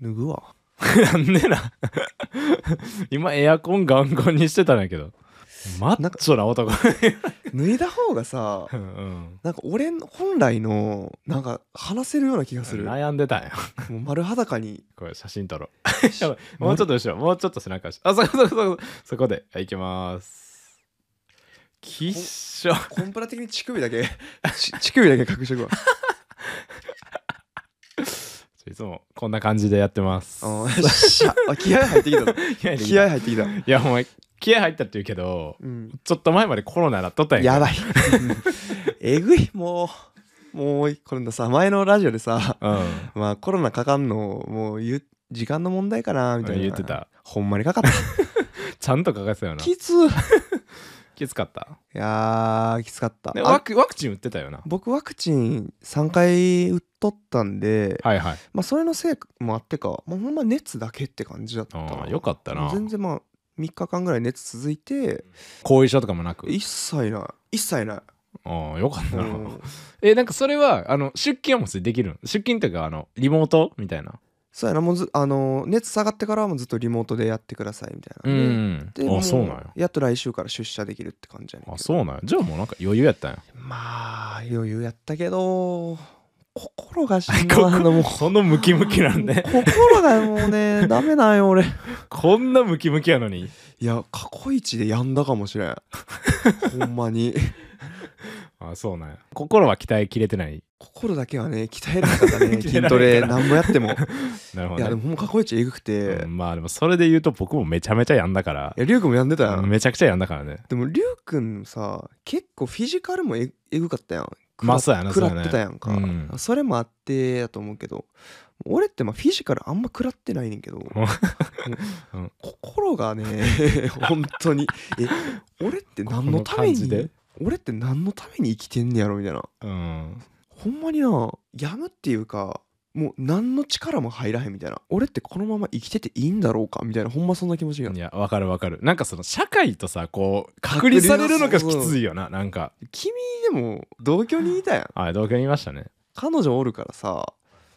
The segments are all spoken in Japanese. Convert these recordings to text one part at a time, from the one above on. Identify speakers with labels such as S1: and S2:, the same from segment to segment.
S1: 脱ぐわ
S2: なんでな今エアコンガンガンにしてたんやけどマッチョな男
S1: 脱いだ方が さ
S2: うんうん
S1: なんか俺の本来のなんか話せるような気がするも
S2: 悩んでたんや
S1: う丸裸に
S2: これ写真撮ろうやばいもうちょっと後ろもうちょっと背中後ろあそこそこそこそこではい行きますきっしょ
S1: コンプラ的に乳首だけち乳首だけ隠して くわ
S2: いつもこんな感じでやってます
S1: あーよっしゃあ気合入ってきたぞ
S2: 気合入ってき
S1: 気
S2: た
S1: 合
S2: い
S1: 入ってきた、
S2: やお前気合入ったって言うけど
S1: うん、
S2: ちょっと前までコロナなっとったんや
S1: や
S2: けど
S1: ばい えぐいもうもうこれのさ前のラジオでさ
S2: うん
S1: まあコロナかかんのもう言う時間の問題かなみたいな
S2: 言ってた
S1: ほんまにかかった
S2: ちゃんと書かせたよな
S1: きつい
S2: きつかった
S1: やーきつかった
S2: で
S1: あ
S2: ワクワクチン打ってたよな
S1: 僕ワクチン3回打っとったんで、
S2: はいはい
S1: まあそれのせいもあってかもうほんま熱だけって感じだった
S2: あ
S1: な
S2: あよかったな
S1: 全然まあ3日間ぐらい熱続いて
S2: 後遺症とかもなく
S1: 一切ない一切な
S2: ああよかっ
S1: い
S2: た
S1: う
S2: なんえなんかそれはあの出勤はもうできるん出勤というかあのリモートみたいな
S1: そうやなもうずあの熱下がってからはもうずっとリモートでやってくださいみた
S2: う
S1: いなんで、で
S2: ん
S1: も
S2: あそうなんや
S1: やっと来週から出社できるって感じやねんけど
S2: あそうなんやじゃあもうなんか余裕やったんや
S1: まあ余裕やったけど心がしん どいあのも
S2: こ
S1: う
S2: こそのムキムキなん で
S1: 心がもうねダメなんよ俺
S2: こんなムキムキやのに
S1: いや過去一でやんだかもし れんほんまに
S2: あそうなんや心は鍛えきれてない
S1: 心だけはね鍛えられなかったね
S2: 鍛え
S1: 筋
S2: られなかった
S1: トレなんもやっても
S2: なるほ
S1: い
S2: ど、
S1: や
S2: ね
S1: でもほんま過去一えぐくて、
S2: う
S1: い
S2: んまあでもそれで言うと僕もめちゃめちゃやんだから
S1: やりゅうくんもやんでたやん、
S2: めちゃくちゃやんだからね
S1: でもりゅうくんさ結構フィジカルもええぐかったやんく
S2: ま
S1: ら
S2: あそうやな
S1: 食
S2: そう
S1: ら
S2: やね
S1: ってたやんか、
S2: うん
S1: それもあってやと思うけど俺ってまあフィジカルあんま食らってないねんけど、
S2: うん
S1: 心がね 本当にえ俺って何のため
S2: この感じ
S1: に
S2: で
S1: 俺って何のために生きてんねやろみたいな
S2: うん
S1: ほんまになやむっていうかもう何の力も入らへんみたいな俺ってこのまま生きてていいんだろうかみたいなほんまそんな気持ちにないる
S2: やわかるわかるなんかその社会とさこう隔離されるのがき
S1: そうそう
S2: ついよななんか
S1: 君でも同居にいたやん
S2: あ同居にいましたね
S1: 彼女おるからさ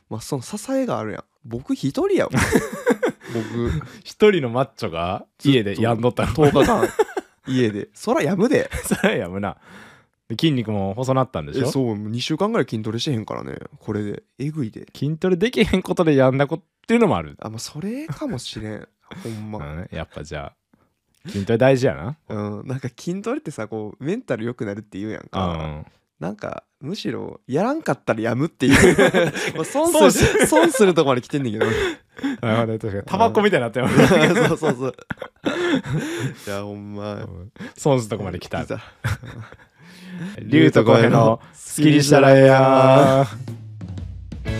S1: まあその支えがあるやん僕一人やもん 僕
S2: 一人のマッチョが家でやんどったの
S1: 10日間 家でそらやむで
S2: それ やむなで筋肉も細なったんでし
S1: え
S2: ょ
S1: そうもう2週間ぐらい筋トレしてへんからねこれでえぐいで
S2: 筋トレできへんことでやんだこっていうのもある、
S1: あまあそれかもしれんほんま、
S2: うん、やっぱじゃあ筋トレ大事やな
S1: うん、なんか筋トレってさこうメンタル良くなるって言うやん
S2: う
S1: か、
S2: ん
S1: なんかむしろやらんかったらやむって いうまあ損する損するとこまで来てんねんけど
S2: なるほど確かにタバコみたいになってよ
S1: そうそうそういやほんま
S2: 損すとこまで来た
S1: 来た
S2: 竜と小平のスッキリしたらええやん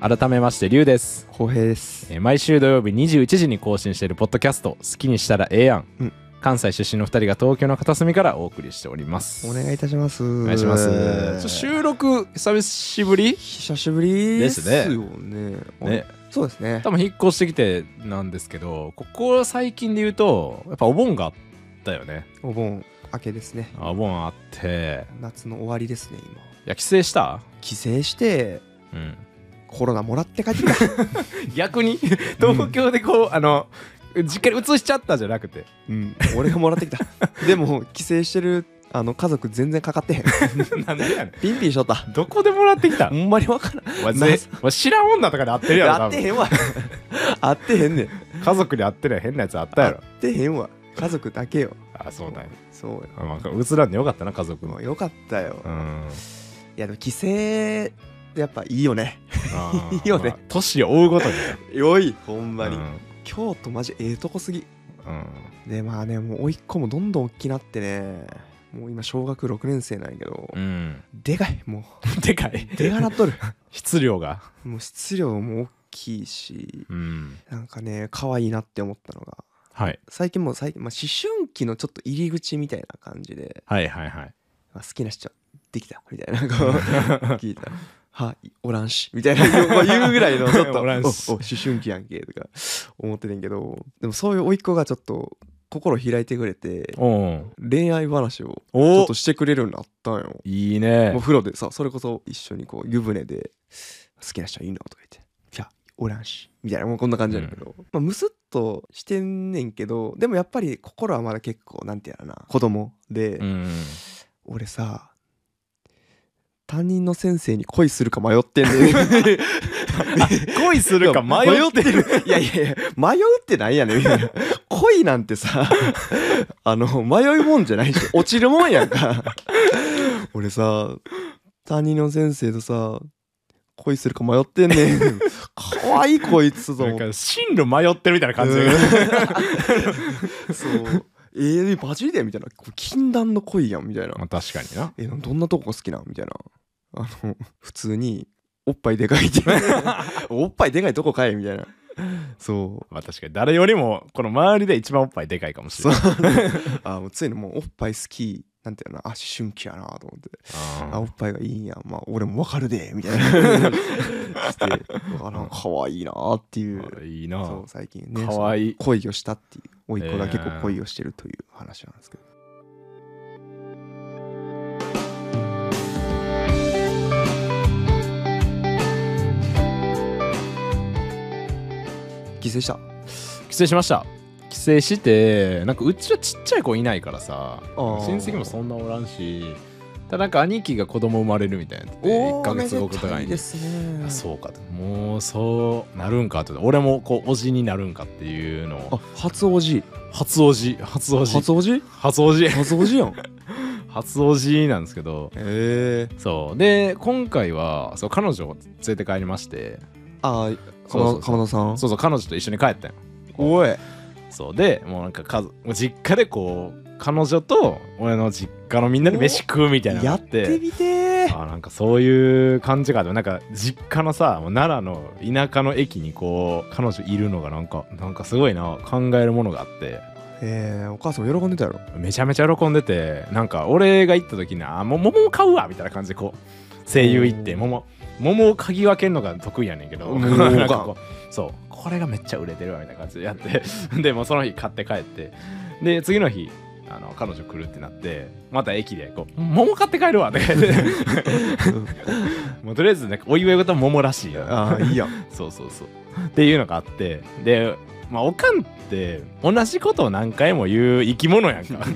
S2: 改めまして竜です
S1: 浩平です
S2: えー毎週土曜日21時に更新しているポッドキャスト「好きにしたらええやん」
S1: うん
S2: 関西出身の2人が東京の片隅からお送りしております
S1: お願いいたします
S2: お
S1: お
S2: 願いしますちょ収録久しぶり
S1: 久しぶり
S2: で
S1: ですす
S2: ね
S1: よね
S2: ね
S1: そうですね
S2: 多分引っ越してきてなんですけどここ最近で言うとやっぱお盆があったよね
S1: お盆明けですね
S2: お盆あって
S1: 夏の終わりですね今
S2: いや帰省した
S1: 帰省して
S2: うん
S1: コロナもらって帰ってきた
S2: 逆に東京でこうあの実家に移しちゃったじゃな くて
S1: うん俺がもらってきたでも帰省してるあの家族全然かかってへん
S2: なんでやねん
S1: ピンピンしとった
S2: どこでもらってきた
S1: ほんまにわからん
S2: お前ぜお前知らん女とかで会ってるやろ
S1: や
S2: 多
S1: っ
S2: 分
S1: てへんわ あってへんねん
S2: 家族で会ってない変なやつあったやろ
S1: あってへんわ家族だけよ
S2: あそうだよ
S1: そうよ
S2: あまあうつらんでよかったな家族
S1: も
S2: も
S1: うよかったよ、
S2: う
S1: い
S2: ん
S1: やでも帰省やっぱいいよね
S2: あー
S1: いいよね
S2: まあ年を追うごとに
S1: よいほん
S2: ほんまに
S1: 京都マジええとこすぎ
S2: うん
S1: でまあねもう甥っ子もどんどん大きなってねもう今小学6年生なんやけど、
S2: うん
S1: でかいも
S2: でかいう
S1: でかなっとる
S2: 質量が
S1: もう質量も大きいし
S2: うん
S1: なんかね可愛いなって思ったのが
S2: はい
S1: 最近もう最近、まあ、思春期のちょっと入り口みたいな感じで、
S2: はいはい はい
S1: まあ、好きな人できたみたいなこう 聞いたはいおらんしみたいな言うまあ言うぐらいの ちょっと
S2: おらんし
S1: おお思春期やんけとか思っててんけどでもそういう甥っ子がちょっと心開いてくれて
S2: うん。
S1: 恋愛話をちょ
S2: お
S1: っとしてくれるようになったんよ
S2: いいね
S1: お。風呂でさそれこそ一緒にこう湯船で「好きな人いいの?」とか言って「いやおらんし」みたいなもうこんな感じなんだけど、まあ、むすっとしてんねんけどでもやっぱり心はまだ結構なんてやらな子供で、
S2: うん。
S1: 俺さ担任の先生に恋するか迷ってん ねん
S2: 恋するか迷ってる。
S1: いやいやいや迷うってなんやねんみたいな恋なんてさあの迷いもんじゃないし落ちるもんやんか俺さ担任の先生とさ恋するか迷ってんねんかわいいこいつと
S2: な
S1: 思
S2: ん
S1: って
S2: か進路迷ってるみたいな感じだけど
S1: うんそうえー、マジでみたいなこれ禁断の恋やんみたいな
S2: まあ確かにな。
S1: えどんなとこが好きなんみたいなあの普通におっぱいでかいって おっぱいでかいとこかいみたいなそう
S2: まあ確かに誰よりもこの周りで一番おっぱいでかいかもし
S1: そ
S2: れ
S1: う
S2: ない。
S1: あもうついにもうおっぱい好きなんていうのあ思春期やなと思ってあ
S2: あ
S1: おっぱいがいいんやまあ俺もわかるでみたい なしてあなんか可愛いなっていう
S2: ーいい
S1: そ
S2: な
S1: う。最近ね
S2: 可愛い
S1: その恋をしたっていう甥っ子が結
S2: え
S1: 構
S2: ー
S1: 恋をしてるという話なんですけど、帰省した
S2: 帰省しました。帰省して、なんかうちはちっちゃい子いないからさ、
S1: ー
S2: 親戚もそんなおらんし、ただなんか兄貴が子供生まれるみたいなやつで、
S1: お
S2: 1
S1: お
S2: ヶ月後とか
S1: めでたい
S2: に
S1: で。すね
S2: あそうかともうそうなるんかと俺もこうおじになるんかっていうのを
S1: あ初おじ
S2: 初おじ初おじ
S1: 初おじ
S2: 初おじ
S1: 初おじやん
S2: 初おじなんですけど
S1: ええ
S2: そうで今回はそう彼女を連れて帰りまして
S1: あ
S2: そうそうそう
S1: 鎌田さん
S2: そうそう彼女と一緒に帰ったんよ
S1: おい
S2: そうでもうなんか家族もう実家でこう彼女と俺の実家のみんなで飯食うみたいなのが
S1: や
S2: あ
S1: ってみてー
S2: あなんかそういう感じかでもなんか実家のさもう奈良の田舎の駅にこう彼女いるのがなんかなんかすごいな考えるものがあって
S1: えー、お母さんも喜んでた やろ
S2: めちゃめちゃ喜んでてなんか俺が行った時に「あもう桃を買うわ」みたいな感じでこう声優行って
S1: うん
S2: 桃桃を嗅ぎ分けるのが得意やねんけど
S1: うん
S2: なんかこうそうこれがめっちゃ売れてるわみたいな感じでやって でもうその日買って帰ってで次の日あの彼女来るってなってまた駅でこう「桃買って帰るわ」とか言って。 もうとりあえずなんかお祝い事は桃らしいよ
S1: ああいいやん
S2: そうそうそうっていうのがあってでまあおかんって同じことを何回も言う生き物やんか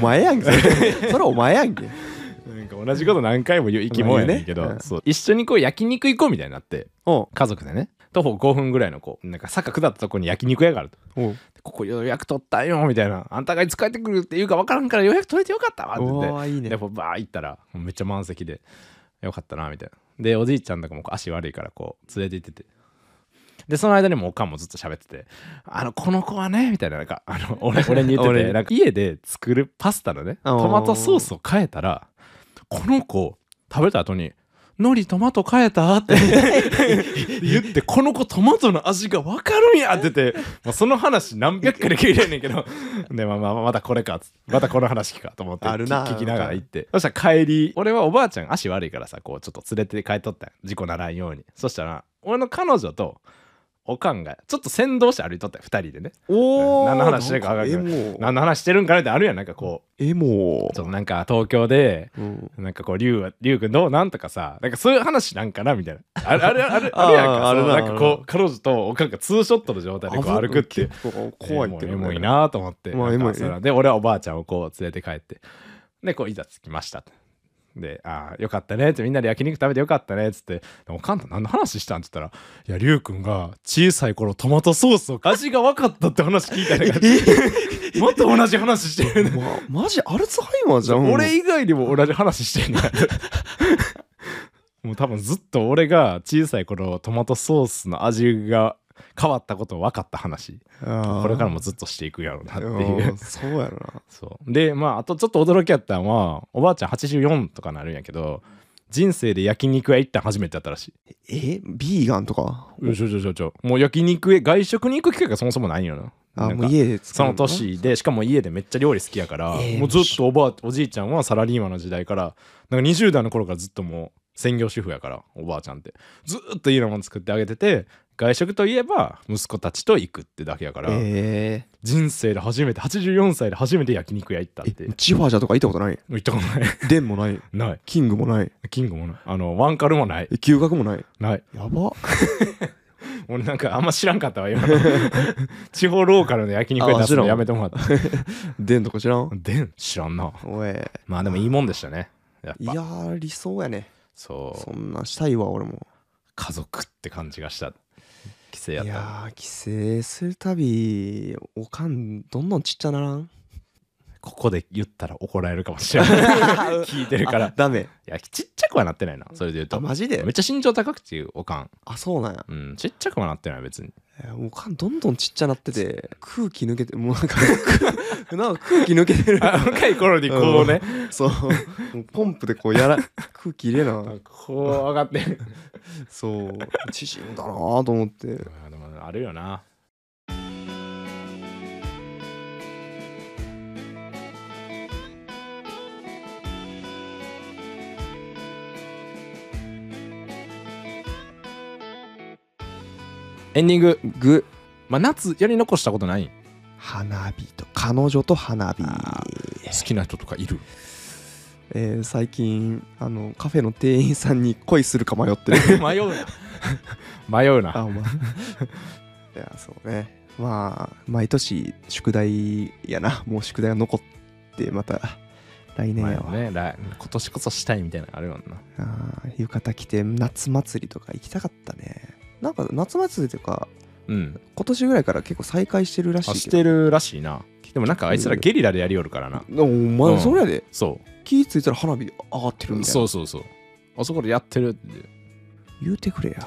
S1: お前やんけそ れそれお前やんけ
S2: なんか同じこと何回も言う生き物やねんけど、
S1: まあねうん
S2: そう一緒にこう焼肉行こうみたいになって
S1: おう
S2: 家族でね徒歩5分ぐらいのこうなんか坂下ったとこに焼肉屋があると
S1: おう
S2: ここ予約取ったんよみたいなあんたがいつ帰ってくるっていうか分からんから予約取れてよかったわって言って
S1: おーいいね
S2: でこうバー行ったらめっちゃ満席でよかったなみたいなでおじいちゃんとかもこう足悪いからこう連れて行っててでその間にもうおかんもずっと喋ってて「あのこの子はね」みたいななんかあ の俺俺に言って
S1: 俺
S2: て
S1: に
S2: なんか家で作るパスタのねトマトソースを変えたらこの子食べた後に「海苔トマト変えた?」って 言ってこの子トマトの味が分かるんやって てもうその話何百回で聞いてんねんけどでまあまあまたこれかっつまたこの話聞くかと思って
S1: あるな
S2: 聞き聞きながら行ってそしたら帰り俺はおばあちゃん足悪いからさこうちょっと連れて帰っとったん事故ならんようにそしたら俺の彼女とおかんがちょっと先導して歩いとったよ二人でね
S1: おお
S2: 何の話してるか分からん何の話してるんかなってあるやんなんかこ
S1: エモ
S2: うちょっとなんか東京で
S1: うん
S2: なんかこう、りゅうは、りゅうくんどうなんとかさ、なんかそういう話なんかなみたいな。あれ、あれ、あれ、あれやん
S1: あー
S2: か。
S1: ある
S2: そう
S1: な
S2: なんかこう、彼女とおかんがツーショットの状態でこう歩くっていう。
S1: 結構怖いけ
S2: えー
S1: ど
S2: もうエモい
S1: あ
S2: なと思って。
S1: まあエモい
S2: なんかそらで、俺はおばあちゃんをこう連れて帰って。で、こう、いざ着きました。で、ああ、よかったねって、みんなで焼肉食べてよかったねっつって、でおかんと何の話したんって言ったら、いや、りゅうくんが小さい頃トマトソースを味が分かったって話聞いたんや けどまた同じ話してるね
S1: まマジアルツハイマーじゃん
S2: 俺以外にも同じ話して んねんもう多分ずっと俺が小さい頃トマトソースの味が変わったことを分かった話こ
S1: こ
S2: れからもずっとしていくやろうなってい
S1: うん
S2: う
S1: そうやろな
S2: そうでまああとちょっと驚きやったのはおばあちゃん84とかなるんやけど人生で焼肉屋行ったん初めてやったらしい
S1: えビーガンとか
S2: うんちょちょちょちょもう焼肉屋外食に行く機会がそもそもないんよな
S1: あ
S2: なんか
S1: もう家で
S2: そ
S1: 作る
S2: の年でしかも家でめっちゃ料理好きやから、
S1: えー
S2: もうずっとおばあおじいちゃんはサラリーマンの時代からなんか20代の頃からずっともう専業主婦やからおばあちゃんってずーっと家のもの作ってあげてて外食といえば息子たちと行くってだけやから、
S1: え
S2: 人生で初めて84歳で初めて焼肉屋行ったっ
S1: え
S2: て
S1: えチファージャーとか行ったことない
S2: 行ったことない
S1: デンもない
S2: ない
S1: キングもない
S2: キングもないあのワンカルもない
S1: え嗅覚もない
S2: ない
S1: やば
S2: 俺なんかあんま知らんかったわ今 の地方ローカルの焼肉屋出すのやめてもらった
S1: デンとか知らん
S2: でん知らんな
S1: おい
S2: まあでもいいもんでしたねやっ
S1: い
S2: ぱ
S1: やー理想やね
S2: そう
S1: そんなんしたいわ俺も
S2: 家族って感じがした帰省
S1: い
S2: やった
S1: やー帰省するたびおかんどんどんちっちゃならん
S2: ここで言ったら怒られるかもし れない 聞いてるから
S1: あ
S2: い
S1: ダメ
S2: やちっちゃくはなってないなそれで言う
S1: あ
S2: と
S1: マジで
S2: めっちゃ身長高くていうおかん、
S1: あそうなんや
S2: うん、ちっちゃくはなってな い別に
S1: えーおかんどんどんちっちゃなってて空気抜けてもうなんか空 なんか空気抜けてる
S2: あ若い頃にこうね、
S1: そうもうポンプでこうやら空気入れな
S2: こう上がってる
S1: そう縮んだなーと思って
S2: まあでもあるよなエンディング
S1: ぐ
S2: まあ夏やり残したことない
S1: 花火と彼女と花火
S2: あ好きな人とかいる
S1: えー最近あのカフェの店員さんに恋するか迷ってる
S2: 迷うな 迷うな
S1: あお 前いやそうねまあ毎年宿題やなもう宿題が残ってまた来年
S2: 迷
S1: やわ、
S2: うね来今年こそしたいみたいなのあるもんな
S1: あー浴衣着て夏祭りとか行きたかったねなんか夏祭りとか
S2: うん
S1: 今年ぐらいから結構再開してるらし
S2: あ
S1: い
S2: し
S1: けど
S2: てるらしいなでもなんかあいつらゲリラでやりよるからな
S1: お前、
S2: うん
S1: それやで
S2: そう
S1: 気ぃついたら花火上がってるみたいな
S2: そうそうそうあそこでやってるって
S1: 言うてくれ や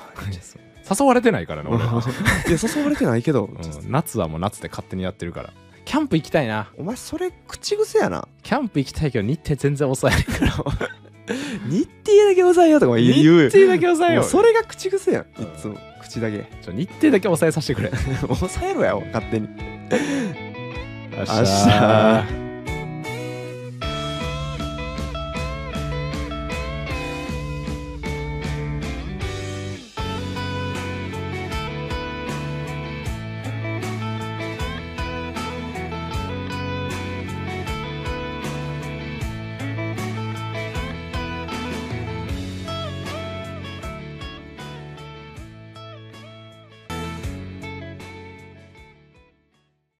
S2: 誘われてないからな俺、
S1: いや誘われてないけど、
S2: うん、夏はもう夏で勝手にやってるからキャンプ行きたいな
S1: お前それ口癖やな
S2: キャンプ行きたいけど日程全然抑えないから
S1: 日程だけ抑えようとか言う言う
S2: 日程だけ抑えよ
S1: も
S2: う
S1: うそれが口癖やん
S2: うん
S1: いつも口だけ
S2: ちょ日程だ け抑えさせてくれ
S1: 抑えろやお勝手に
S2: 明
S1: 日